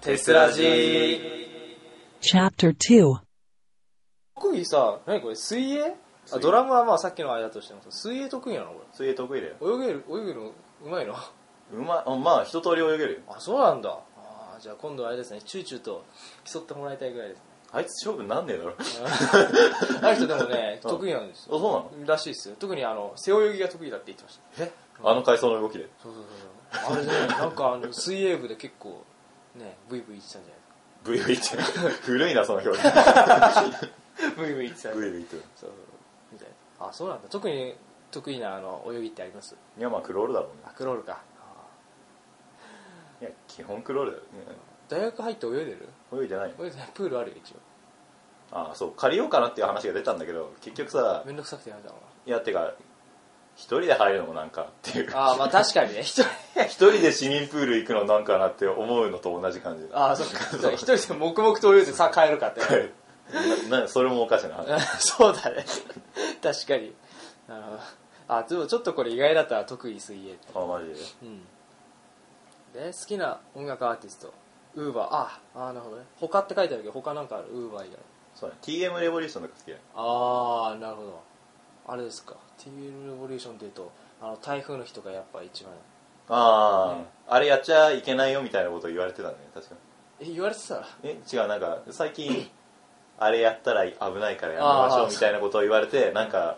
テスラジー Chapter 2. 特技さ何これ水泳あドラムはまあさっきのあれだとしてもさ水泳得意なのこ水泳得意だよれ泳げる泳げるのうまいのあうまいまあ一通り泳げるよそうなんだあーじゃあ今度はあれですねチューチューと競ってもらいたいぐらいです あいつ勝負なんねえだろ あねある人でも ね得意なんですよそうなのらしいですよ特にあの背泳ぎが得意だって言ってましたえあの階層の動きでそうそうそうそうあれねなんかあの水泳部で結構ねブイブイ言ってたんじゃ VV って 古いなその表現ないですか ブイブイ言ってた VV ってそうみたいなあそうなんだ特に得意なあの泳ぎってありますいやまあクロールだろうあクロールかねいや基本クロールだよ大学入って泳いでるね泳いでないの泳いでないプールあるよ一応ああそう借りようかなっていう話が出たんだけど結局さめんどくさくてやめたのいやてか一人で入るのもなんかっていうああまあ確かにね一人 一人で市民プール行くのなんかなって思うのと同じ感じだああそっか一人で黙々と泳いでさ帰るかって ななそれもおかしな話 そうだね確かになるほどあでもちょっとこれ意外だったら特技水泳あマジでうんで好きな音楽アーティストウーバーああーなるほどね他って書いてあるけど他なんかあるウーバー以外そうね TM レボリューションとか好きだよああなるほどあれですか TL レボリューションっていうとあの台風の日とかやっぱ一番ああ、あれやっちゃいけないよみたいなこと言われてたね確かえ言われてたらにえ違うなんか最 近あれやったら危ないからやめましょあうーみたいなことを言われてなんか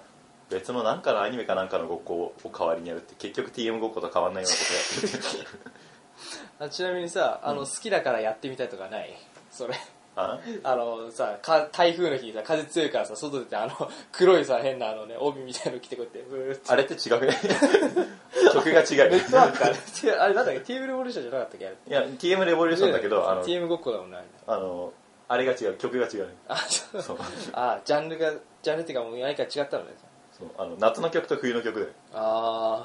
別のなんかのアニメかなんかのごっこを代わりにやるって結局 TM ごっこと変わんないようなことやって るあちなみにさあの、好きだからやってみたいとかないそれ ああのさか台風の日にさ風強いからさ外出てあの 黒いさ変なあのね帯みたいの着てこうやってブーってあれって違くね 曲が違う なんかあれあれなんだっけテーブルレボリューションじゃなかったっけあれいや TM レボリューションだけどあの TM ごっこだもんねあれあのあれが違う曲が違うね あそうそうあジャンルがジャンルっていうかもう何か違ったのねそうあの夏の曲と冬の曲だよああなる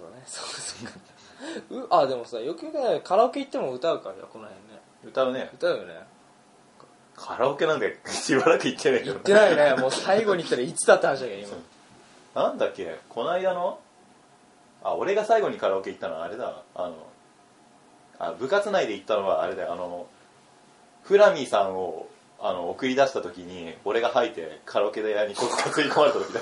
ほどね そうかそうかうあでもさよくよく考えたらカラオケ行っても歌うからねこの辺ね歌うね歌うよねカラオケなんかしばらく行ってないけど行ってないよねもう最後に行ったらいつだって話だけどそ今うなんだっけこの間のあ俺が最後にカラオケ行ったのはあれだあのあ部活内で行ったのはあれだよあのフラミーさんをあの送り出した時に俺が吐いてカラオケ部屋にこっかつい込まれた時だ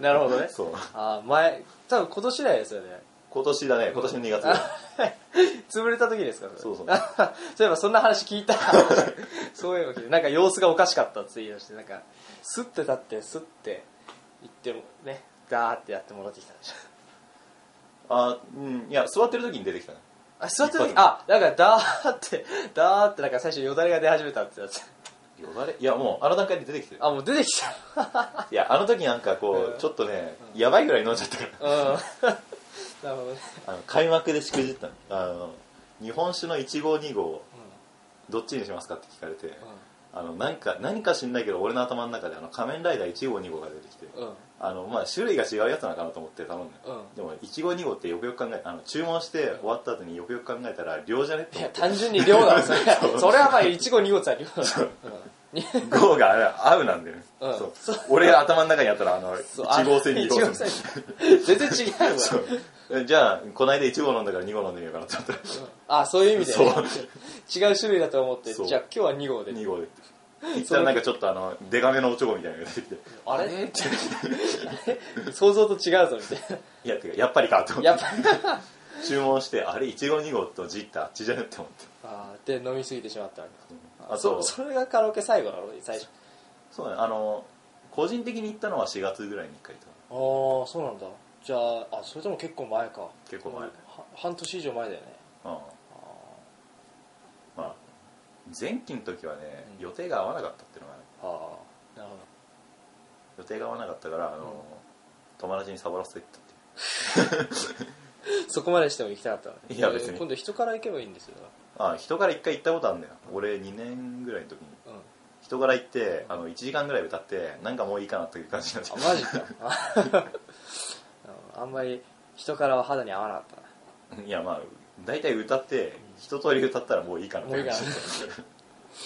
なるほどね そうあー前多分今年だよですよね今年だね今年の2月だあ 潰れた時ですかれそうそう そういえばそんな話聞いた そういえば聞いたなんか様子がおかしかったって言い出してなんかスッて立ってスッて行ってもねダーってやって戻ってきたんでしょあうんいや座ってる時に出てきたねあ座ってる時一発あなんかダーってダーってなんか最初よだれが出始めたってやつよだれいやもうあの段階で出てきてるあもう出てきたいやあの時なんかこうんうちょっとねやばいぐらい飲んじゃったからうん なるほどねあの開幕でしくじったのあの日本酒の1号2号どっちにしますかって聞かれて、あのなんか何か知んないけど俺の頭の中であの仮面ライダー1号2号が出てきて、うんうんあのまあ、種類が違うやつなのかなと思って頼んで、うんでも1号2号ってよくよく考えあの注文して終わった後によくよく考えたら量じゃねってい思やって単純に量なんですよね それはまあ1号2号って量だううん5があれ合うなんだよね、うんそう俺が頭の中にあったらあのそうあ1号線2号1線全然違うわそうえじゃあこの間1号飲んだから2号飲んでみようかなと思ったらあそういう意味で、ね、違う種類だと思ってそうじゃあ今日は2号で2号でいったらなんかちょっとあのデカめのおちょこみたいなのが出てきてあれ想像と違うぞみたいいやてかやっぱりかと思なやっってぱ注文してあれ1号2号と G ってあっちじゃねって思ってあーで飲みすぎてしまったわけあそとそれがカラオケ最後なの最初そうねあの個人的に行ったのは4月ぐらいに1回行あったあそうなんだじゃああそれとも結構前か結構前は半年以上前だよねのうんまあ前期の時はねうん予定が合わなかったっていうのがあるああなるほ予定が合わなかったからあの友達にサボらせて行ったっていどそこまでしても行きたかったのねいや別にえー今度人から行けばいいんですようあ人から1回行ったことあるんだよ俺2年ぐらいの時にうん人から行ってあの1時間ぐらい歌ってなんかもういいかなという感じになってあマジか あんまり人からは肌に合わなかったないやまあ大体歌って一通り歌ったらもういいかなってもういいかな感じ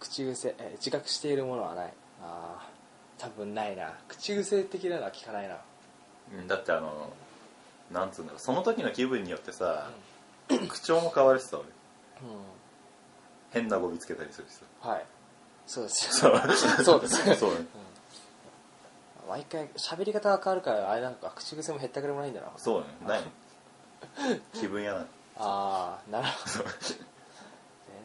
口癖え自覚しているものはないあー多分ないな口癖的なのは聞かないなうんだってあのなんつうんだろうその時の気分によって さ、口調も変わるしさ俺う変なゴミつけたりするしさんはいそうですそようそうです そうね毎回喋り方が変わるからあれなんか口癖もへったくれもないんだなそうねない気分やなああなる ほどね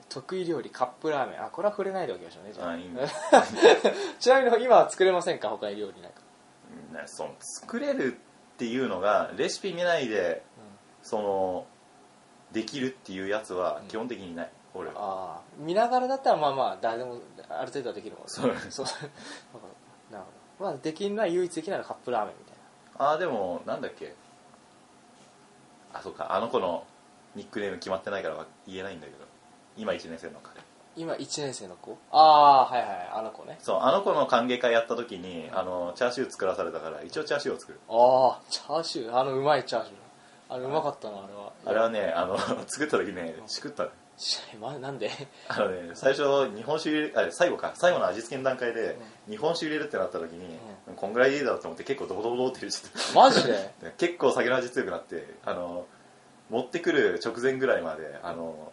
得意料理カップラーメンあこれは触れないでおきましょうねじゃああいいね ちなみに今は作れませんか他に料理なんかねその作れるっていうのがレシピ見ないでそのできるっていうやつは基本的にない、俺はああ見ながらだったらまあまあ誰でもある程度はできるもんねそうそう なるほどまあできるのは唯一できないのはカップラーメンみたいあーでもなんだっけあそうかあの子のニックネーム決まってないから言えないんだけど今1年生の彼な今1年生の子ああーはいはいあの子ねそうあの子の歓迎会やった時にあのチャーシュー作らされたから一応チャーシューを作るああチャーシューあのうまいチャーシューあれうまかったなあれはあれはねあの 作った時ねしくったね知らないまなんで あのね最初日本酒入れるあ最後か最後の味付けの段階で日本酒入れるってなった時に、こんぐらいでいいだろうと思って結構ドボドボドボって入れちゃったマジでで結構酒の味強くなってあの持ってくる直前ぐらいまであの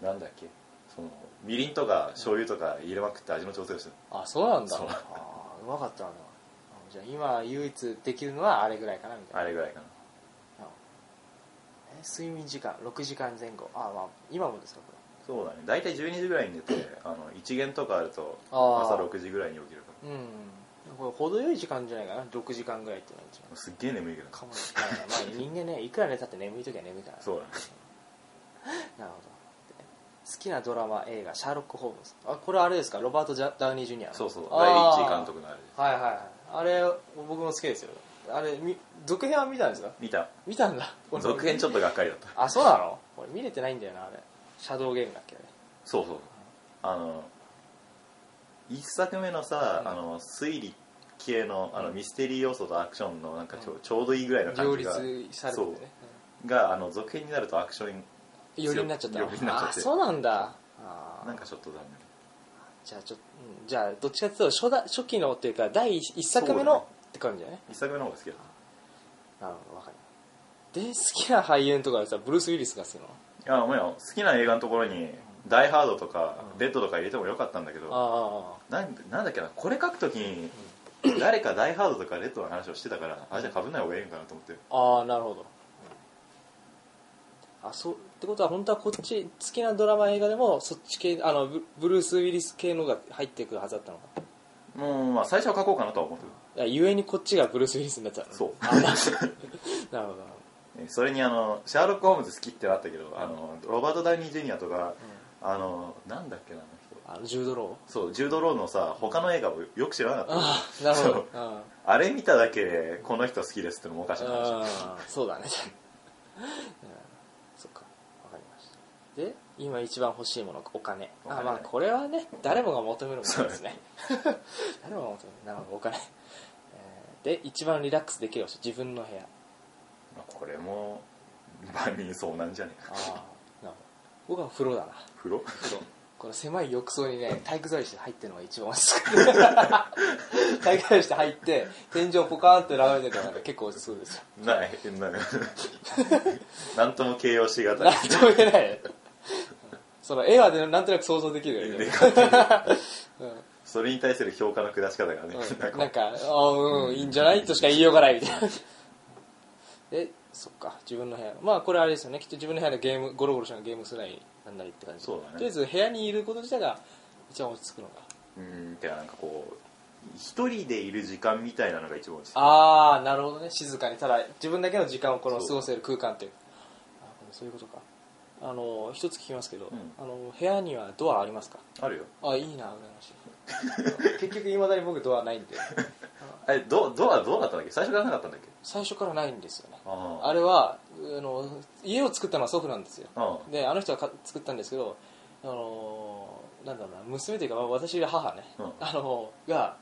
なんだっけそのみりんとか醤油とか入れまくって味の調整をしてるあそうなんだそうあーうまかったなあじゃあ今唯一できるのはあれぐらいかなみたいなあれぐらいかなえ睡眠時間6時間前後あーまあ今もですかこそうだね大体12時ぐらいに寝てあの1限とかあるとあー朝6時ぐらいに起きるかれうんこれ程よい時間じゃないかな6時間ぐらいっていうのが一番らすっげえ眠いけどかもしれないな、まあ、人間ねいくら寝たって眠い時は眠いからそうだねなるほどで好きなドラマ映画「シャーロック・ホームズ」あこれあれですかロバート・ジャダウニー・ジュニアのそうそうライリあッーチー監督のあれですはいはいはいあれ僕も好きですよあれみ続編は見たんですか見た見たんだ続編ちょっとがっかりだったあそうなの俺見れてないんだよなあれシャドウゲームだっけあれそうそうあの一作目のさ、うんあの推理系のあのうんミステリー要素とアクションのなんかちょ,、うんちょうどいいぐらいの感両じが立されててねがあの続編になるとアクションうん寄りになっちゃった寄りになっちゃってあそうなんだあーなんかちょっとダメじゃあちょ、うん、じゃあどっちかっていうと初代初期のっていうか第一作目の、そうだねって感じだね一作目の方が好きだっなるほどわかるで好きな俳優のとかでさブルース・ウィリスが好きなのたいやお前よ好きな映画のところに「ダイ・ハード」とかう「んデッド」とか入れてもよかったんだけど、あなんなんだっけなこれ書くときに誰か「ダイ・ハード」とか「レッド」の話をしてたからあじゃあかぶんない方がいいんかなと思ってあああなるほどあそうってことは本当はこっち好きなドラマ映画でもそっち系あのブブルース・ウィリス系のが入ってくるはずだったのかもうまあ最初は書こうかなとは思っていやゆえにこっちがブルース・ウィリスになっちゃうのそうあなるほどなるほどるそれにあのシャーロック・ホームズ好きってなったけどあのロバート・ダウニー・ジュニアとか、あのなんだっけなあの人あのジュードローそうジュード・ローのさ他の映画をよく知らなかったああなるほそどううんあれ見ただけでこの人好きですってのもおかしな話あーそうだね うんそっかわかりましたで今一番欲しいものお金お金あまあこれはね誰もが求めるものですね 誰もが求めるなるほどお金えーで一番リラックスできる場所自分の部屋まあこれも万人そうなんじゃねえかああなるほど僕は風呂だな風呂風呂この狭い浴槽にね体育座りして入ってるのが一番落ち着 く体育座りして入って天井ポカーンって眺めてたら結構落ち着くんですよないな んかなんとも形容しがたないんとも言えないその絵はねなんとなく想像できるよでね、うんそれに対する評価の下し方がね、なんうん、かなんか「あうんいいんじゃない?」としか言いようがないみ たいなでそっか自分の部屋まあこれあれですよねきっと自分の部屋でゲームゴロゴロしながらゲームするなりなんなりって感じそうだねとりあえず部屋にいること自体が一番落ち着くのがうんてかなんかこう一人でいる時間みたいなのが一番落ち着くああなるほどね静かにただ自分だけの時間をこのそう過ごせる空間っていうあそういうことかあの一つ聞きますけど、んあの部屋にはドアありますかあるよあいいな羨ましい 結局いまだに僕ドアないんでえどドアどうだったんだっけ最初からなかったんだっけ最初からないんですよねああれはあの家を作ったのは祖父なんですよあであの人がか作ったんですけどあのなんだろうな娘というかまあ私の母ね、うんあのが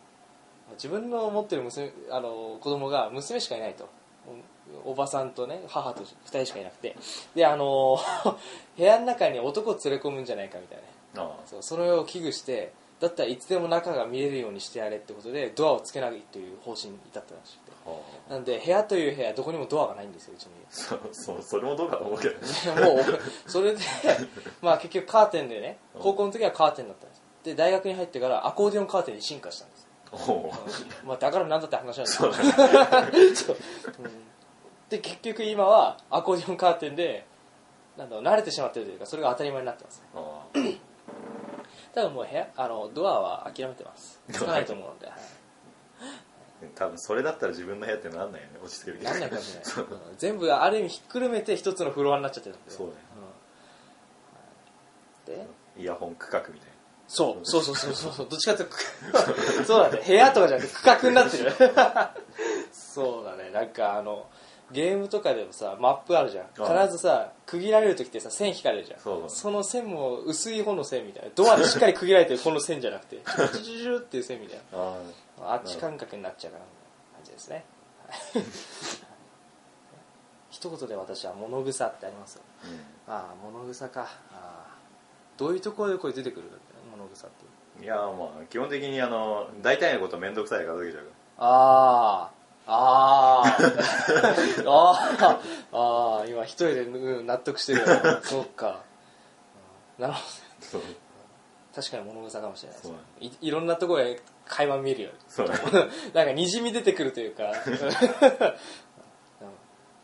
自分の持ってる娘あの子供が娘しかいないとおおばさんとね母と2人しかいなくてであの 部屋の中に男を連れ込むんじゃないかみたいなああそうそれを危惧してだったらいつでも中が見れるようにしてやれってことでドアをつけないという方針に至ったらしくてなんで部屋という部屋どこにもドアがないんですようちの家 そそそれもどうかと思うけどねもうそれで、まあ、結局カーテンでね高校の時はカーテンだったんですで大学に入ってからアコーディオンカーテンに進化したんです、おうまあ、だからなんだって話なんですそよ うだねで結局今はアコーディオンカーテンでなんだろう慣れてしまってるというかそれが当たり前になってますね あ多分もう部屋あのドアは諦めてますつかないと思うのでー多分それだったら自分の部屋ってなんないよね落ち着けるけどなんないかもしれない、うん全部ある意味ひっくるめて一つのフロアになっちゃってるんでそうねうんでイヤホン区画みたいなそうそうそうそうそうそうどっちかっていうと そうだね部屋とかじゃなくて区画になってる そうだねなんかあのゲームとかでもさマップあるじゃんあ必ずさ区切られる時ってさ線引かれるじゃんそうだねの線も薄い方の線みたいなドアでしっかり区切られてるこの線じゃなく てチュチュチュチュっていう線みたいなああっち感覚になっちゃうかなみたいな感じですねはい一言で私は物草ってありますよー、ああ物草かああどういうところでこれ出てくるか物草ってうん、いやーまあ基本的にあの大体のこと面倒くさいから解けちゃうかああああああああ今一人で、うん、納得してるよそっかうんなるほどらそう確かに物草かもしれないですそういいろんなところで垣間見るよそうね なんかにじみ出てくるというか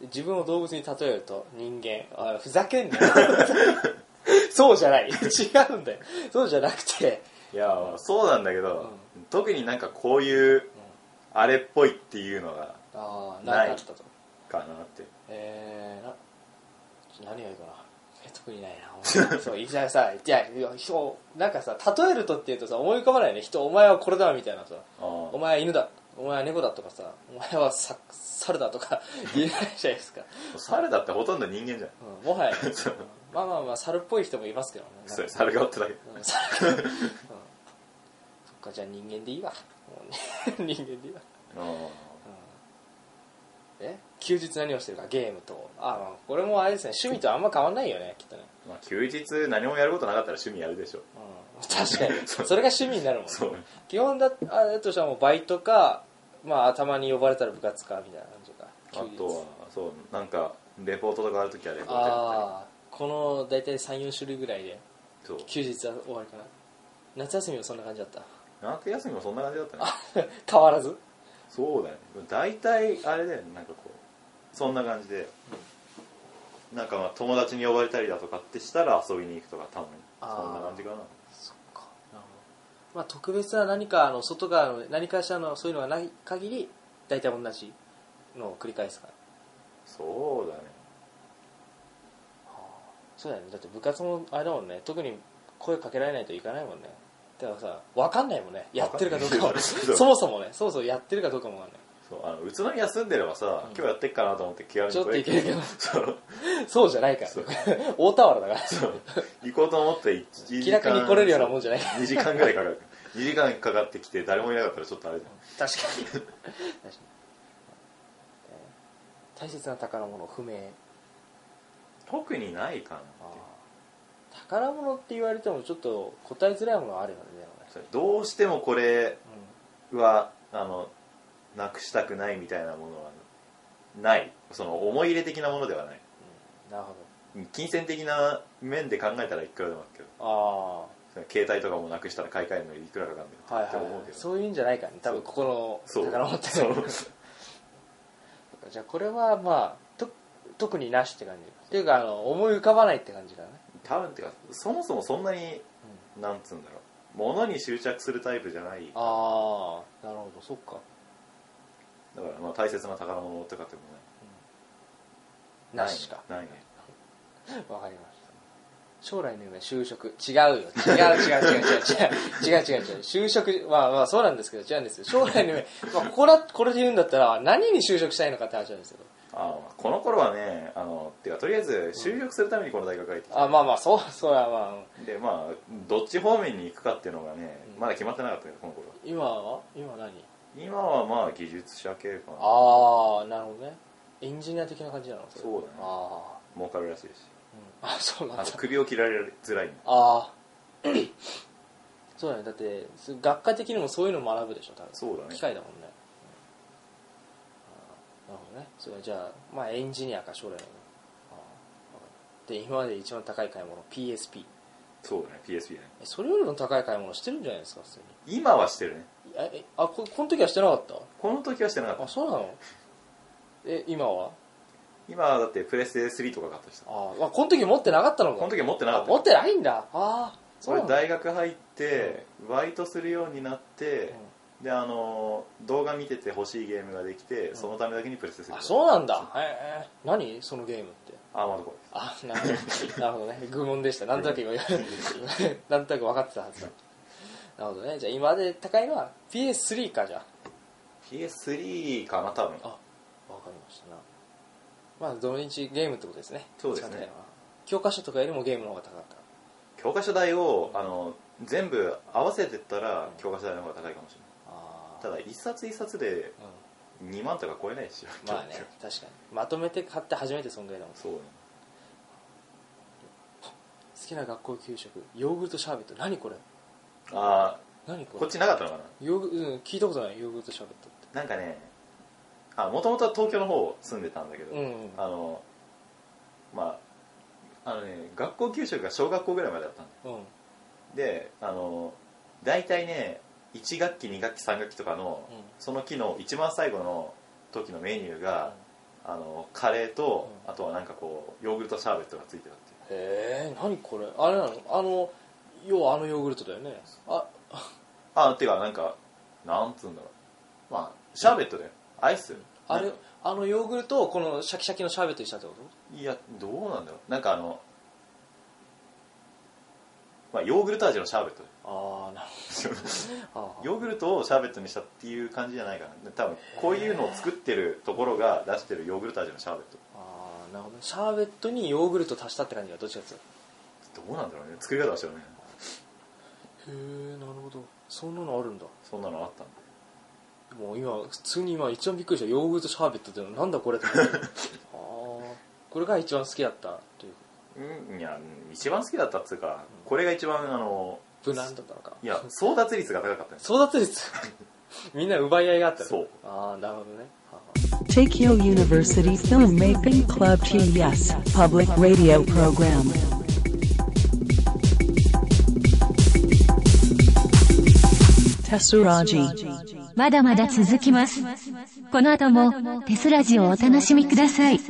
うん自分を動物に例えると人間あふざけんなよ そうじゃない違うんだよそうじゃなくていやーまあそうなんだけど、特になんかこういうあれっぽいっていうのがああな何いかあったとかなってえー、な何がいいかなえ特にないなそういきなりさいやいや人なんかさ例えるとっていうとさ思い浮かばないよね人お前はこれだみたいなさあーお前は犬だお前は猫だとかさお前はさ猿だとか言えないじゃないですか、猿だってほとんど人間じゃんうん、もはや、うんまあまあまあ猿っぽい人もいますけどねそれ猿顔ってだけうん猿うんそっかじゃあ人間でいいわもうね 人間でいいわえ休日何をしてるかゲームとあまあこれもあれですね趣味とあんま変わんないよねきっとね、まあ、休日何もやることなかったら趣味やるでしょうん、確かにそれが趣味になるもんねそう基本だあれとしたらもうバイトかまあたまに呼ばれたら部活かみたいな感じかあとはそうなんかレポートとかあるときはレポートやったああこの大体34種類ぐらいでりそう休日は終わりかな夏休みもそんな感じだった夏休みもそんな感じだったね変わらずそうだね大体あれだよねなんかこうそんな感じで、なんかまあ友達に呼ばれたりだとかってしたら遊びに行くとかたまにあーそんな感じかなそっかなるほどまあ特別な何かあの外側の何かしらのそういうのがない限り大体同じのを繰り返すからそうだねそうだよねだって部活もあれだもんね特に声かけられないといかないもんねだからさ分かんないもんねやってるかどうかわはかんな いそもそもねそもそもやってるかどうかも分かんないそうあの宇都宮住んでればさ、ん今日やってっかなと思って気軽にちょっと行けるけどそうそうじゃないからそう大田原だからそう行こうと思って1時間気楽に来れるようなもんじゃない2時間ぐらいかかる2時間かかってきて誰もいなかったらちょっとあれだよ確かに確かに大切な宝物不明特にないかなって宝物って言われてもちょっと答えづらいものはあるよねそれどうしてもこれはあのなくしたくないみたいなものはないその思い入れ的なものではないなるほ金銭的な面で考えたらいくらでもあるけどどその携帯とかもなくしたら買い替えるのにいくらかかんねああはいって思はういけど、そういうんじゃないからね多分ここそのう宝物ってそそうう じゃあこれはまあと特になしって感じっていうかあの思い浮かばないって感じだね多分ってかそもそもそんなに、なんつうんだろう物に執着するタイプじゃないだかああなるほどそっからまあ大切な宝物とかってもないなしかないねわかりました将来の夢就職違うよ違う違う違う違う違う違う違う違う就職まあまあそうなんですけど違うんですよ将来の夢、まあ、これこれで言うんだったら何に就職したいのかって話なんですけどあーこの頃はねあのてかとりあえず就職するためにこの大学入ってきた、あまあまあそうそうやまあでまあどっち方面に行くかっていうのがね、うんまだ決まってなかったけどこの頃は今は今何今はまあ技術者系かなああなるほどねエンジニア的な感じなのれそうだねあ儲かるらしいしあ、うん、あそうなんだあと首を切られづらいのああ そうだねだってす学科的にもそういうの学ぶでしょ多分そうだね機械だもんね、うんなるほどねそれはじゃあまあエンジニアか将来のああで今まで一番高い買い物 PSP そうだね PSP ねえそれよりも高い買い物してるんじゃないですか普通に今はしてるねええあここの時はしてなかったこの時はしてなかったあそうなのえ今は今はだってプレステ3とか買ったしさああこの時持ってなかったのかこの時は持ってなかあった持ってないんだああそうな俺んだ大学入ってバイトするようになって、であの動画見てて欲しいゲームができて、そのためだけにプレステ3あそうなんだへえ何そのゲームってアーマードコアあなるほど なるほどね愚問でしたなんとなく今 なんとなく分かってたはずだなるほどねじゃあ今まで高いのは PS3 かじゃあ PS3 かな多分あわかりましたなまあ土日ゲームってことですねそうですね一番高いのは教科書とかよりもゲームの方が高かった教科書代をあの全部合わせてったら教科書代の方が高いかもしれないああただ一冊一冊でう2万とか超えないでしんょ まあね確かにまとめて買って初めてそんぐらいだもん好 そうねきな学校給食ヨーグルトシャーベット何これあ何あここれっちなかったのかなヨーグうん聞いたことないヨーグルトシャーベットってなんかねもともとは東京の方住んでたんだけど、うんうんあのまああのね学校給食が小学校ぐらいまでだったんだようんであの大体ね1学期2学期3学期とかの、うんその期の一番最後の時のメニューが、あのカレーと、うんあとはなんかこうヨーグルトシャーベットがついてたっていうへえ何これあれなのあの要はあのヨーグルトだよねああてかなんかなんつうんだろうまあシャーベットだよアイスあれなんかあのヨーグルトをこのシャキシャキのシャーベットにしたってこといやどうなんだろうなんかあのまあヨーグルト味のシャーベットだよああなるほどヨーグルトをシャーベットにしたっていう感じじゃないかな多分こういうのを作ってるところが出してるヨーグルト味のシャーベッああなるほどシャーベットにヨーグルト足したって感じがどっちかっていうトどうなんだろうね作り方は知らないなとへえなるほどそんなのあるんだそんなのあったんだもう今普通に今一番びっくりしたヨーグルトシャーベットっていうのなんだ これってああこれが一番好きだったといううんいや一番好きだったっつうかこれが一番あの無難だったのかいや争奪率が高かったんです争奪率 みんな奪い合いがあったのそうああなるほどねはは Tokyo University Filmmaking Club TES Public Radio Program. Tessuraji. まだまだ続きます。この後もテスラジをお楽しみください。